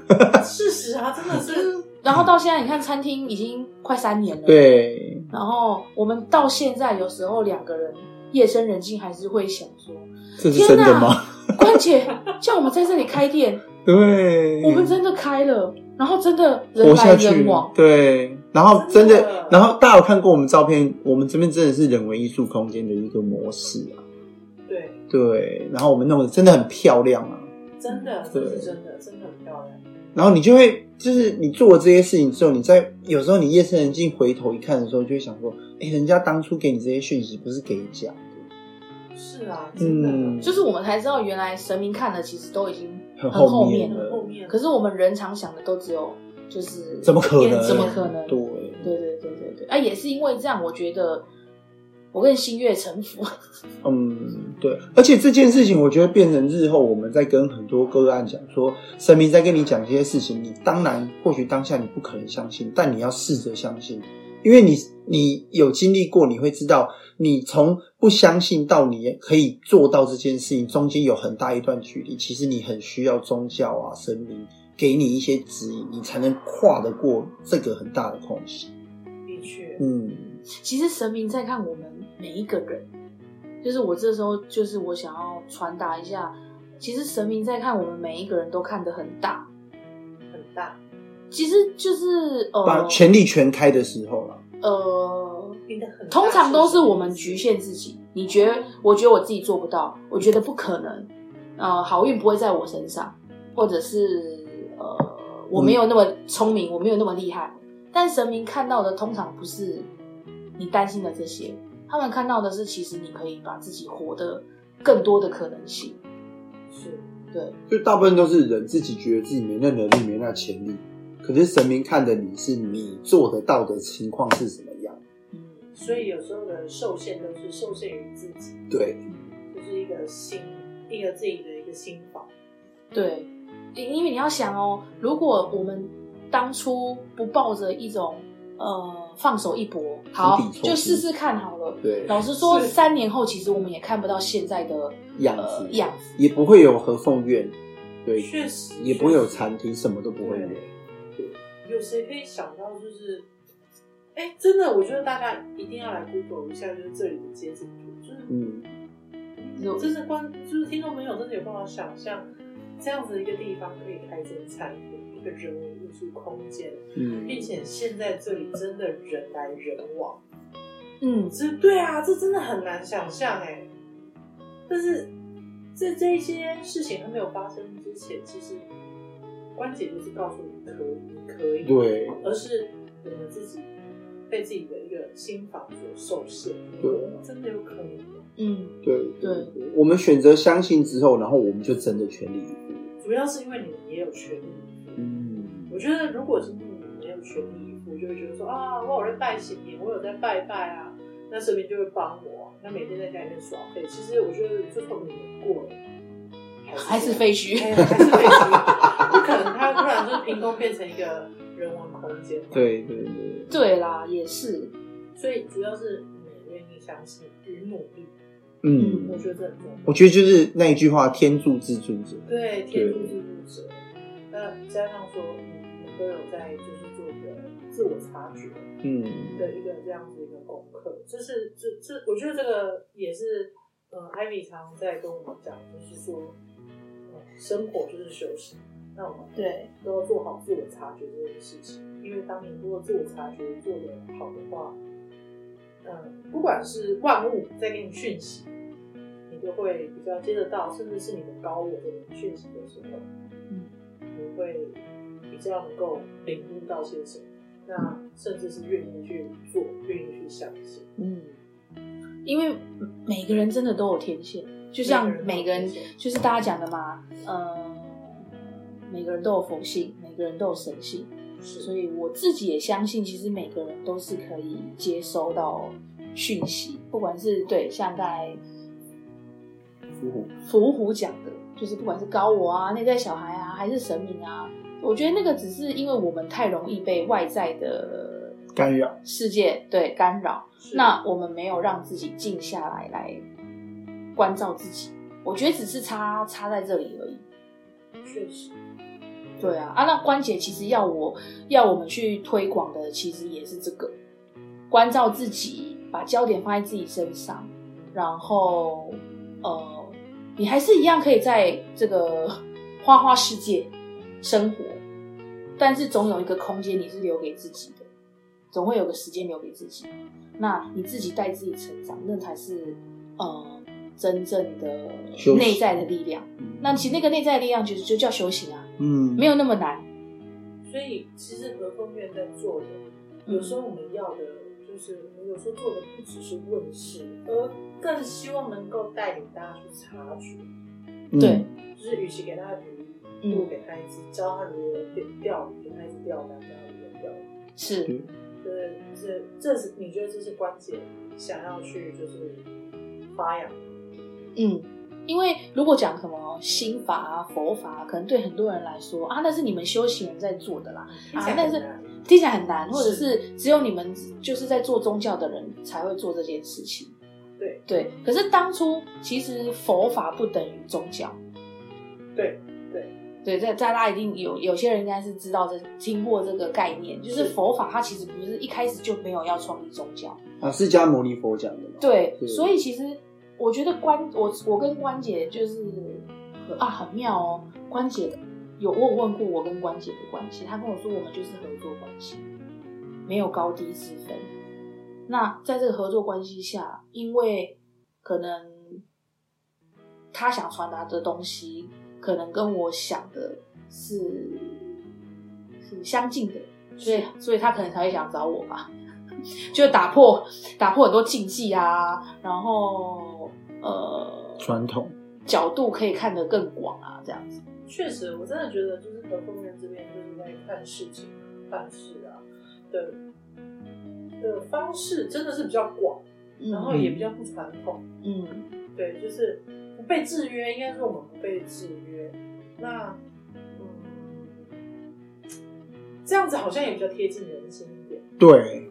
事实啊，真的是然后到现在，你看餐厅已经快三年了。。嗯对，然后我们到现在，有时候两个人夜深人静还是会想说这是真的吗？：“ [laughs] 关姐叫我们在这里开店，对， [laughs] 我们真的开了，然后真的人嗯活来下去人往，，对。然后真真的，的然后大家有看过我们照片，我们这边真的是人文艺术空间的一个模式啊，对，对。然后我们弄得真的很漂亮啊，真的，对这是真的，真的很漂亮。然后你就会，就是你做了这些事情之后，你在有时候你夜深人静回头一看的时候，就会想说，哎，人家当初给你这些讯息不是给你讲的，是啊，真的，嗯，就是我们才知道原来神明看的其实都已经很后后面面很了后面。可是我们人常想的都只有就是怎么可能？ [laughs] 怎么可能？对，对对对对对，啊，也是因为这样，我觉得我跟新月臣服。嗯，对。而且这件事情，我觉得变成日后我们在跟很多个案讲说，神明在跟你讲这些事情，你当然或许当下你不可能相信，但你要试着相信，因为你你有经历过，你会知道，你从不相信到你可以做到这件事情，中间有很大一段距离。其实你很需要宗教啊、神灵给你一些指引，你才能跨得过这个很大的空隙。的确，嗯，其实神明在看我们每一个人，就是我这时候就是我想要传达一下，其实神明在看我们每一个人都看得很大，很大，其实就是把呃全力全开的时候了，啊呃，变得很大嗯通常都是我们局限自己。你觉得？我觉得我自己做不到，我觉得不可能，呃，好运不会在我身上，或者是呃，我没有那么聪明，我没有那么厉害。但神明看到的通常不是你担心的这些，他们看到的是其实你可以把自己活得更多的可能性。是对，就大部分都是人自己觉得自己没那能力、没那潜力，可是神明看的你是你做得到的情况是什么样？所以有时候的受限都是受限于自己，对，就是一个心，一个自己的一个心法。对，因因为你要想哦，如果我们当初不抱着一种呃放手一搏，好釜底抽薪就试试看好了。对老实说，是三年后其实我们也看不到现在的样呃子样子。也不会有和凤院，对，确实也不会有餐厅，什么都不会有。有谁可以想到就是，哎、真的，我觉得大家一定要来 Google 一下，就是这里的街景图，就是嗯，有真是观，就是听众朋友真的有办法想象这样子一个地方可以开成餐厅，一个人文艺术空间，嗯，并且现在这里真的人来人往，嗯，这对啊，这真的很难想象嗯哎、但是在这一些事情还没有发生之前，其实关姐就是告诉你可以，可以，对而是我们自己被自己的一个心法所受限，对真的有可能。嗯，对对，我们选择相信之后，然后我们就真的全力以赴。主要是因为你们也有权利，嗯，我觉得如果今天你没有全力以赴，就会觉得说啊，我有在拜神明，我有在拜拜啊，那神明就会帮我，那每天在家里面耍废。其实我觉得最后你们过了，还是废墟。 [laughs] 哎，还是废墟，不可能它突然就是凭空变成一个人文空间。，对对对，对啦，也是，所以主要是你们愿意相信与努力，嗯，我觉得这很重要。我觉得就是那一句话“天助自助者对，天助自助者。那加上说，你们都有在就是做一个自我察觉”。嗯，的一个这样子一个功课，这是这这，我觉得这个也是，呃，艾米常在跟我们讲，就是说，呃，生活就是修行，那我们对，都要做好自我察觉这件事情，因为当你如果自我察觉做得好的话，嗯、不管是万物在给你讯息，你就会比较接得到，甚至是你的高我给你讯息的时候，嗯，你会比较能够领悟到些什么，那甚至是愿意去做，愿意去相信，嗯，因为每个人真的都有天线，就像每个人就是大家讲的嘛，呃，每个人都有佛性，每个人都有神性，所是以我自己也相信，其实每个人都是可以接收到讯息，不管是对像刚才伏虎伏虎讲的，就是不管是高我啊、内在小孩啊，还是神明啊，我觉得那个只是因为我们太容易被外在的干扰。世界对干扰，是那我们没有让自己静下来来关照自己，我觉得只是差差在这里而已。确实对啊，啊，那关节其实要我要我们去推广的，其实也是这个，关照自己，把焦点放在自己身上，然后呃，你还是一样可以在这个 [laughs] 花花世界生活，但是总有一个空间你是留给自己的，总会有个时间留给自己，那你自己带自己成长，那才是呃真正的休息内在的力量。那其实那个内在力量就是就叫修行啊。嗯，没有那么难。所以其实和风院在做的，有嗯时候我们要的就是，我们有时候做的不只是问世，而更希望能够带领大家去察觉，嗯对，就是与其给他捕鱼，嗯不如给他一只教他如何钓钓鱼，给他一只钓竿，教他如何钓鱼。是，就是这这是你觉得这是关键，想要去就是发扬，嗯，因为如果讲什么心法啊、佛法啊，可能对很多人来说啊，那是你们修行人在做的啦。啊听起来但是很难听起来很难，或者是只有你们就是在做宗教的人才会做这件事情。对对，可是当初其实佛法不等于宗教。对对对，在在大家一定有有些人应该是知道这听过这个概念，就是是佛法它其实不是一开始就没有要创立宗教。啊，释迦牟尼佛讲的嘛。对，哦对所以其实我觉得关我我跟关姐就是和啊很妙哦，关姐有我有问过我跟关姐的关系，她跟我说我们就是合作关系，没有高低之分。那在这个合作关系下，因为可能他想传达的东西，可能跟我想的是是相近的，所以所以他可能才会想找我吧， [laughs] 就打破打破很多禁忌啊，然后呃传统角度可以看得更广啊，这样子。确实，我真的觉得就是德国人这边就是在看事情、办事啊的的方式，真的是比较广，然后也比较不传统。嗯对，就是不被制约，应该说我们不被制约。那嗯，这样子好像也比较贴近人心一点，对，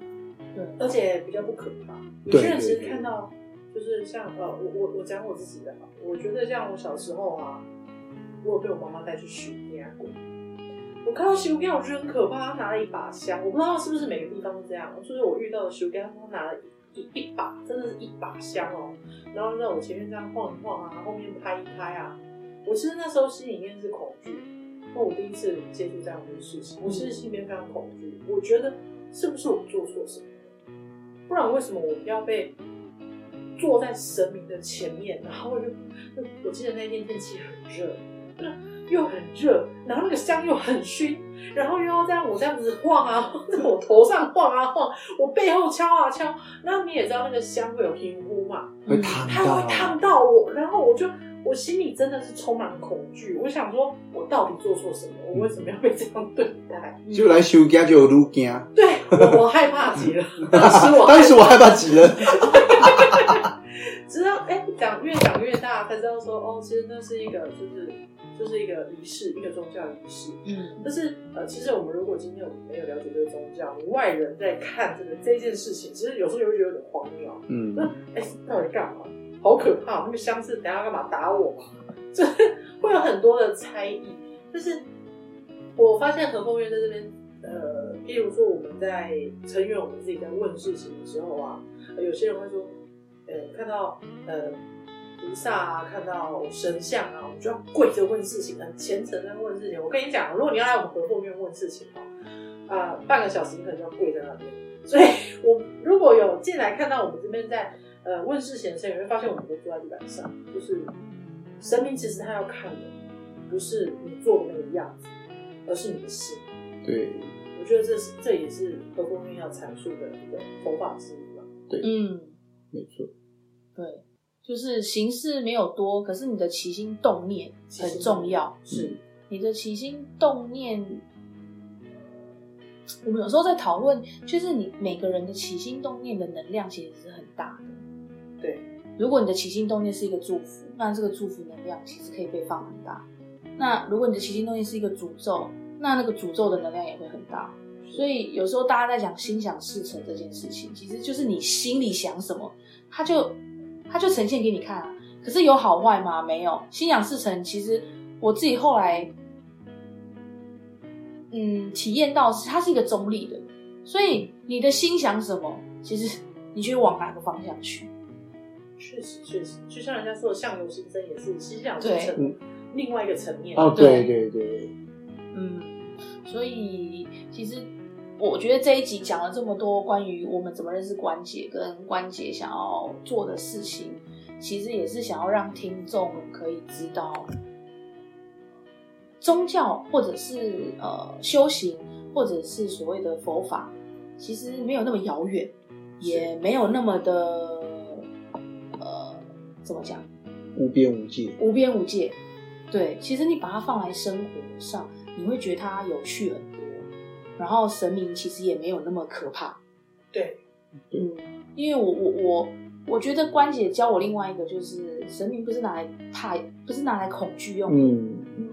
而且比较不可怕。有对些人其对实对看到就是像呃，我我我讲我自己的吧，我觉得像我小时候啊，我有被我妈妈带去修庙过。我看到修庙，我觉得很可怕。他拿了一把香，我不知道是不是每个地方都这样。就是我遇到的修庙，他拿了一一一把，真的是一把香哦、然后在我前面这样晃一晃啊，后面拍一拍啊。我其实那时候心里面是恐惧，因为我第一次接触这样的事情，我其实心里面非常恐惧。我觉得是不是我做错什么？不然为什么我要被坐在神明的前面？然后又，我记得那天天气很热，又很热，然后那个香又很熏，然后又要这样我这样子晃啊，在我头上晃啊晃，我背后敲啊敲。那你也知道那个香会有烟雾嘛，嗯会烫它到会，烫到我，然后我就我心里真的是充满恐惧，我想说我到底做错什么？我为什么要被这样对待？就来修家就有路惊。对我我害怕极 [laughs] 了，当时我当时我害怕极了。 [laughs] 直到哎长越长越大才知道说哦，其实那是一个就是就是一个仪式，一个宗教仪式。嗯但是呃，其实我们如果今天我们没有了解这个宗教，外人在看这个这件事情，其实有时候也会觉得有点荒谬。嗯，哎、到底干嘛？好可怕！那个箱子等下干嘛打我吗？ [laughs] 就是会有很多的猜疑。就是我发现和风院在这边，呃，譬如说我们在成员我们自己在问事情的时候啊，呃有些人会说，呃，看到呃菩萨啊，看到神像啊，我们就要跪着问事情，很虔诚的问事情。我跟你讲，如果你要来我们和风院问事情哦，啊、半个小时你可能就要跪在那边。所以我如果有进来看到我们这边在呃问世前的时候，你会发现我们都坐在地板上，就是神明其实他要看的不是你做的那个样子，而是你的心。对我觉得这是这也是何公运要阐述的一个佛法之一嘛。嗯，没错，对，就是形式没有多，可是你的起心动念很重要。是，你的起心动念，我们有时候在讨论，就是你每个人的起心动念的能量其实是很大的。对，如果你的起心动念是一个祝福，那这个祝福能量其实可以被放很大。那如果你的起心动念是一个诅咒，那那个诅咒的能量也会很大。所以有时候大家在讲心想事成这件事情，其实就是你心里想什么，它就它就呈现给你看啊。可是有好坏吗？没有。心想事成，其实我自己后来，嗯，体验到是它是一个中立的，所以你的心想什么，其实你就会往哪个方向去。确实确实，就像人家说的相由心生，也是心想事成对另外一个层面。哦，对对对对，嗯，所以其实我觉得这一集讲了这么多关于我们怎么认识关节跟关节想要做的事情，其实也是想要让听众可以知道，宗教或者是呃修行，或者是所谓的佛法，其实没有那么遥远，也没有那么的呃怎么讲？无边无际。无边无界。对，其实你把它放来生活上，你会觉得它有趣很多。然后神明其实也没有那么可怕。对，嗯，因为我我我我觉得关姐教我另外一个就是，神明不是拿来怕，不是拿来恐惧用的。嗯，嗯，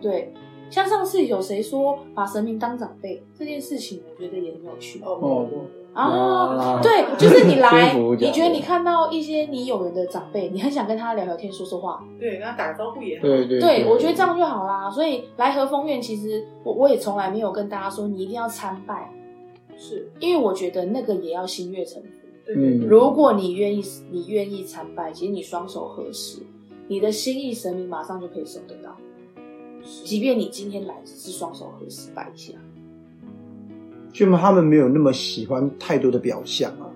对，像上次有谁说把神明当长辈这件事情，我觉得也很有趣哦，没哦有过，啊。啊对，就是 [laughs] 你来，天福讲的你觉得你看到一些你有缘的长辈，你很想跟他聊聊天、说说话，对，跟他打个招呼也好。对对对，我觉得这样就好啦。所以来和风院，其实我我也从来没有跟大家说你一定要参拜，是，因为我觉得那个也要心悦诚服。对嗯对如果你愿意，你愿意参拜，其实你双手合十，你的心意神明马上就可以收得到。即便你今天来只是双手合十拜一下，就他们没有那么喜欢太多的表象啊。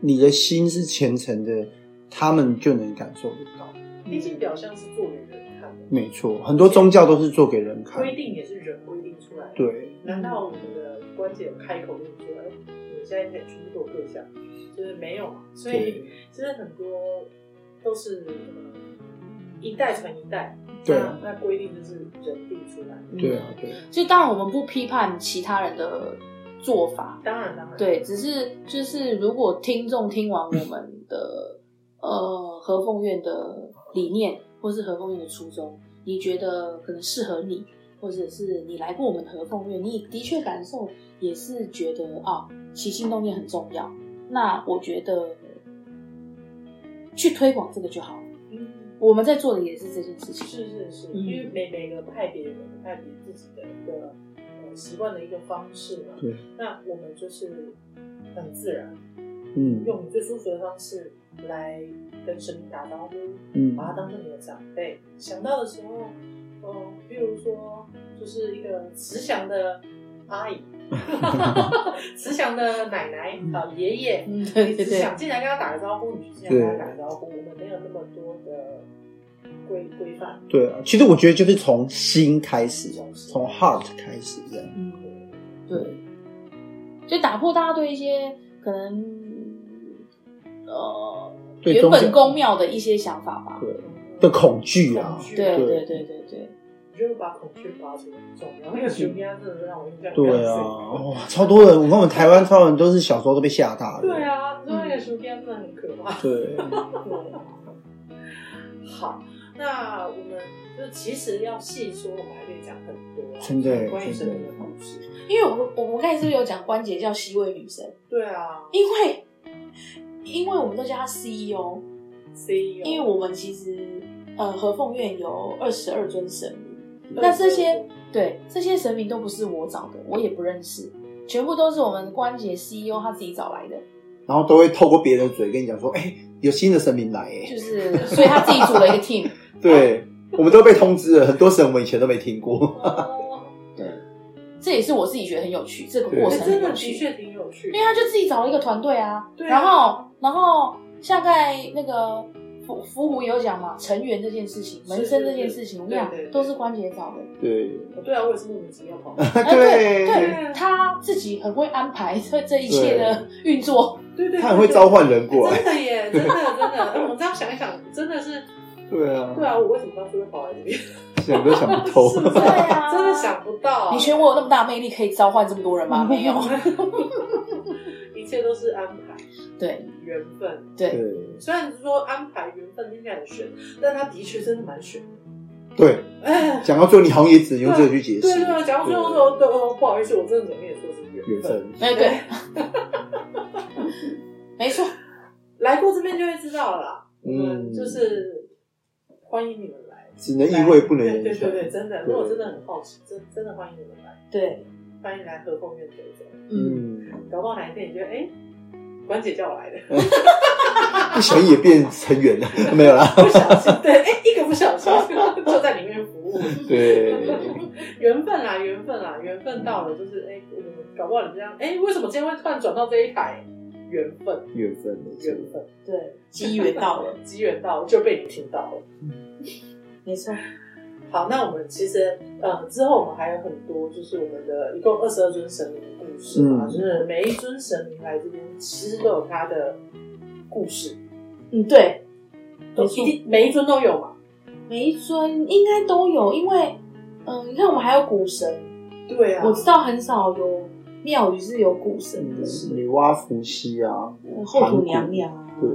你的心是虔诚的，他们就能感受得到。毕竟表象是做给人看嗯的，没错，很多宗教都是做给人看。规定也是人规定出来的。对，难道我们的关节有开口就说，哎，我现在全部给我跪下？就是没有嘛。所以对其实很多都是呃一代传一代，对那那规定就是人定出来的。对啊，对啊，就当然我们不批判其他人的做法，当然当然，对，只是就是如果听众听完我们的呃和凤院的理念，或是和凤院的初衷，你觉得可能适合你，或者是你来过我们的和凤院，你的确感受也是觉得啊，起心动念很重要。那我觉得去推广这个就好了。嗯，我们在做的也是这件事情。是是是，嗯因为每每个派别有每个派别自己的一个呃习惯的一个方式嘛。对，那我们就是很自然，嗯用你最舒服的方式来跟神明打招呼。嗯把他当成你的长辈。想到的时候，呃，譬如说，就是一个慈祥的阿姨， [laughs] 慈祥的奶奶啊、爷爷，嗯，对你对只对，想进来跟他打个招呼，你就进来跟他打个招呼。我们没有那么多的规规范，对啊，其实我觉得就是从心开始，从 heart 开始这样。嗯，对，就打破大家对一些可能呃对原宗本教宫庙的一些想法吧。对的恐惧啊恐，惧对对对对对对，我觉得把恐惧拔除很重要。那个熊压真的是让我印象很对啊，深刻哦，超多人，我看我们台湾超多人都是小时候都被吓大的。对，啊，你说嗯那个熊压真的很可怕。对， [laughs] 好，那我们就其实要细说，我们还可以讲很多啊，真的关于神真明的的故事。因为我们我们刚才是不是有讲关节叫西位女神？对啊因为 [laughs] 因为我们都叫她 CEO， ，CEO，因为我们其实呃和凤院有二十二尊神明，那这些 [laughs] 对，这些神明都不是我找的，我也不认识，全部都是我们关节 CEO E 他自己找来的， [laughs] 然后都会透过别人的嘴跟你讲说，哎，有新的神明来，哎，就是所以他自己组了一个 team。 [laughs] 对，我们都被通知了，很多神我们以前都没听过。哦这也是我自己觉得很有趣，这个对过哎程真很的有的趣，确挺有趣因为，他就自己找了一个团队啊，对啊然后然后像在那个福福湖也有讲嘛，成员这件事情，是门生这件事情，我跟你对对讲对都是关节找的， [laughs] 对，对啊，我也是莫名其妙 [laughs] 跑来，哎对对，对，他自己很会安排这这一切的运作，对对，他很会召唤人对。过对来。真的耶，真的真的，哎我们这样想一想，真的是， [laughs] 对啊，对啊，我为什么当初会跑来这边？想都想不 [laughs] 透是。不是？对啊真的想不到。你觉得我有那么大魅力可以召唤这么多人 [laughs] 吗？没有，一切都是安排，对缘分。对对虽然说安排缘分听起来很玄，但他的确真的蛮玄的。对，哎，讲到最后你好像也只能用这个去解对释对。对，讲到最后说，对，哦不好意思，我真的怎么也说是缘缘分。分，哎 [laughs] 对，没错，来过这边就会知道了啦。嗯嗯，就是欢迎你们来，只能意会不能对言对传对。对，真的，对如果真的很好奇，真真的欢迎你们来，对，欢迎来和凤院走走。嗯，嗯，搞不好哪一天你觉得，哎，关姐叫我来的，不想也变成员 [laughs] 了，没有啦。不小心，对，哎，一个不小心就在里面服务。对，缘分啦，缘分啦，缘分到了，就是哎、我们搞不好你这样，哎、为什么今天会突然转到这一台？缘分，缘分没错缘分，对，机缘到了，机缘到了就被你听到了。没错，好，那我们其实呃之后我们还有很多，就是我们的一共二十二尊神明的故事嘛，嗯就是每一尊神明来这边，其实都有他的故事，嗯对，都没一错定每一尊都有嘛。每一尊应该都有，因为，嗯，你看我们还有古神，对啊，我知道很少有庙宇是有古神嗯的，女娲伏羲啊，嗯后土娘娘啊，对，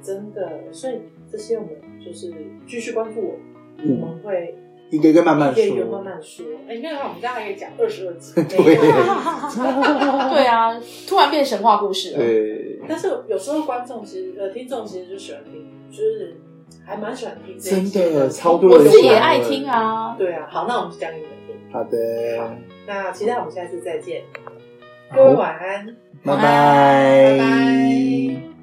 真的，所以这些我们就是继续关注我们，嗯我们会一个一个慢慢一个一个说，慢慢说。哎，你看我们这样还可以讲二十 [laughs] 二集，哎对 [laughs] 对啊，突然变神话故事了。对，但是有时候观众其实呃听众其实就喜欢听，就是还蛮喜欢听这一真些的超多我人自己喜欢也爱的听。啊。对啊，好，那我们就讲给你们听。好的，那期待我们下次再见，各位好，晚安，拜拜拜拜。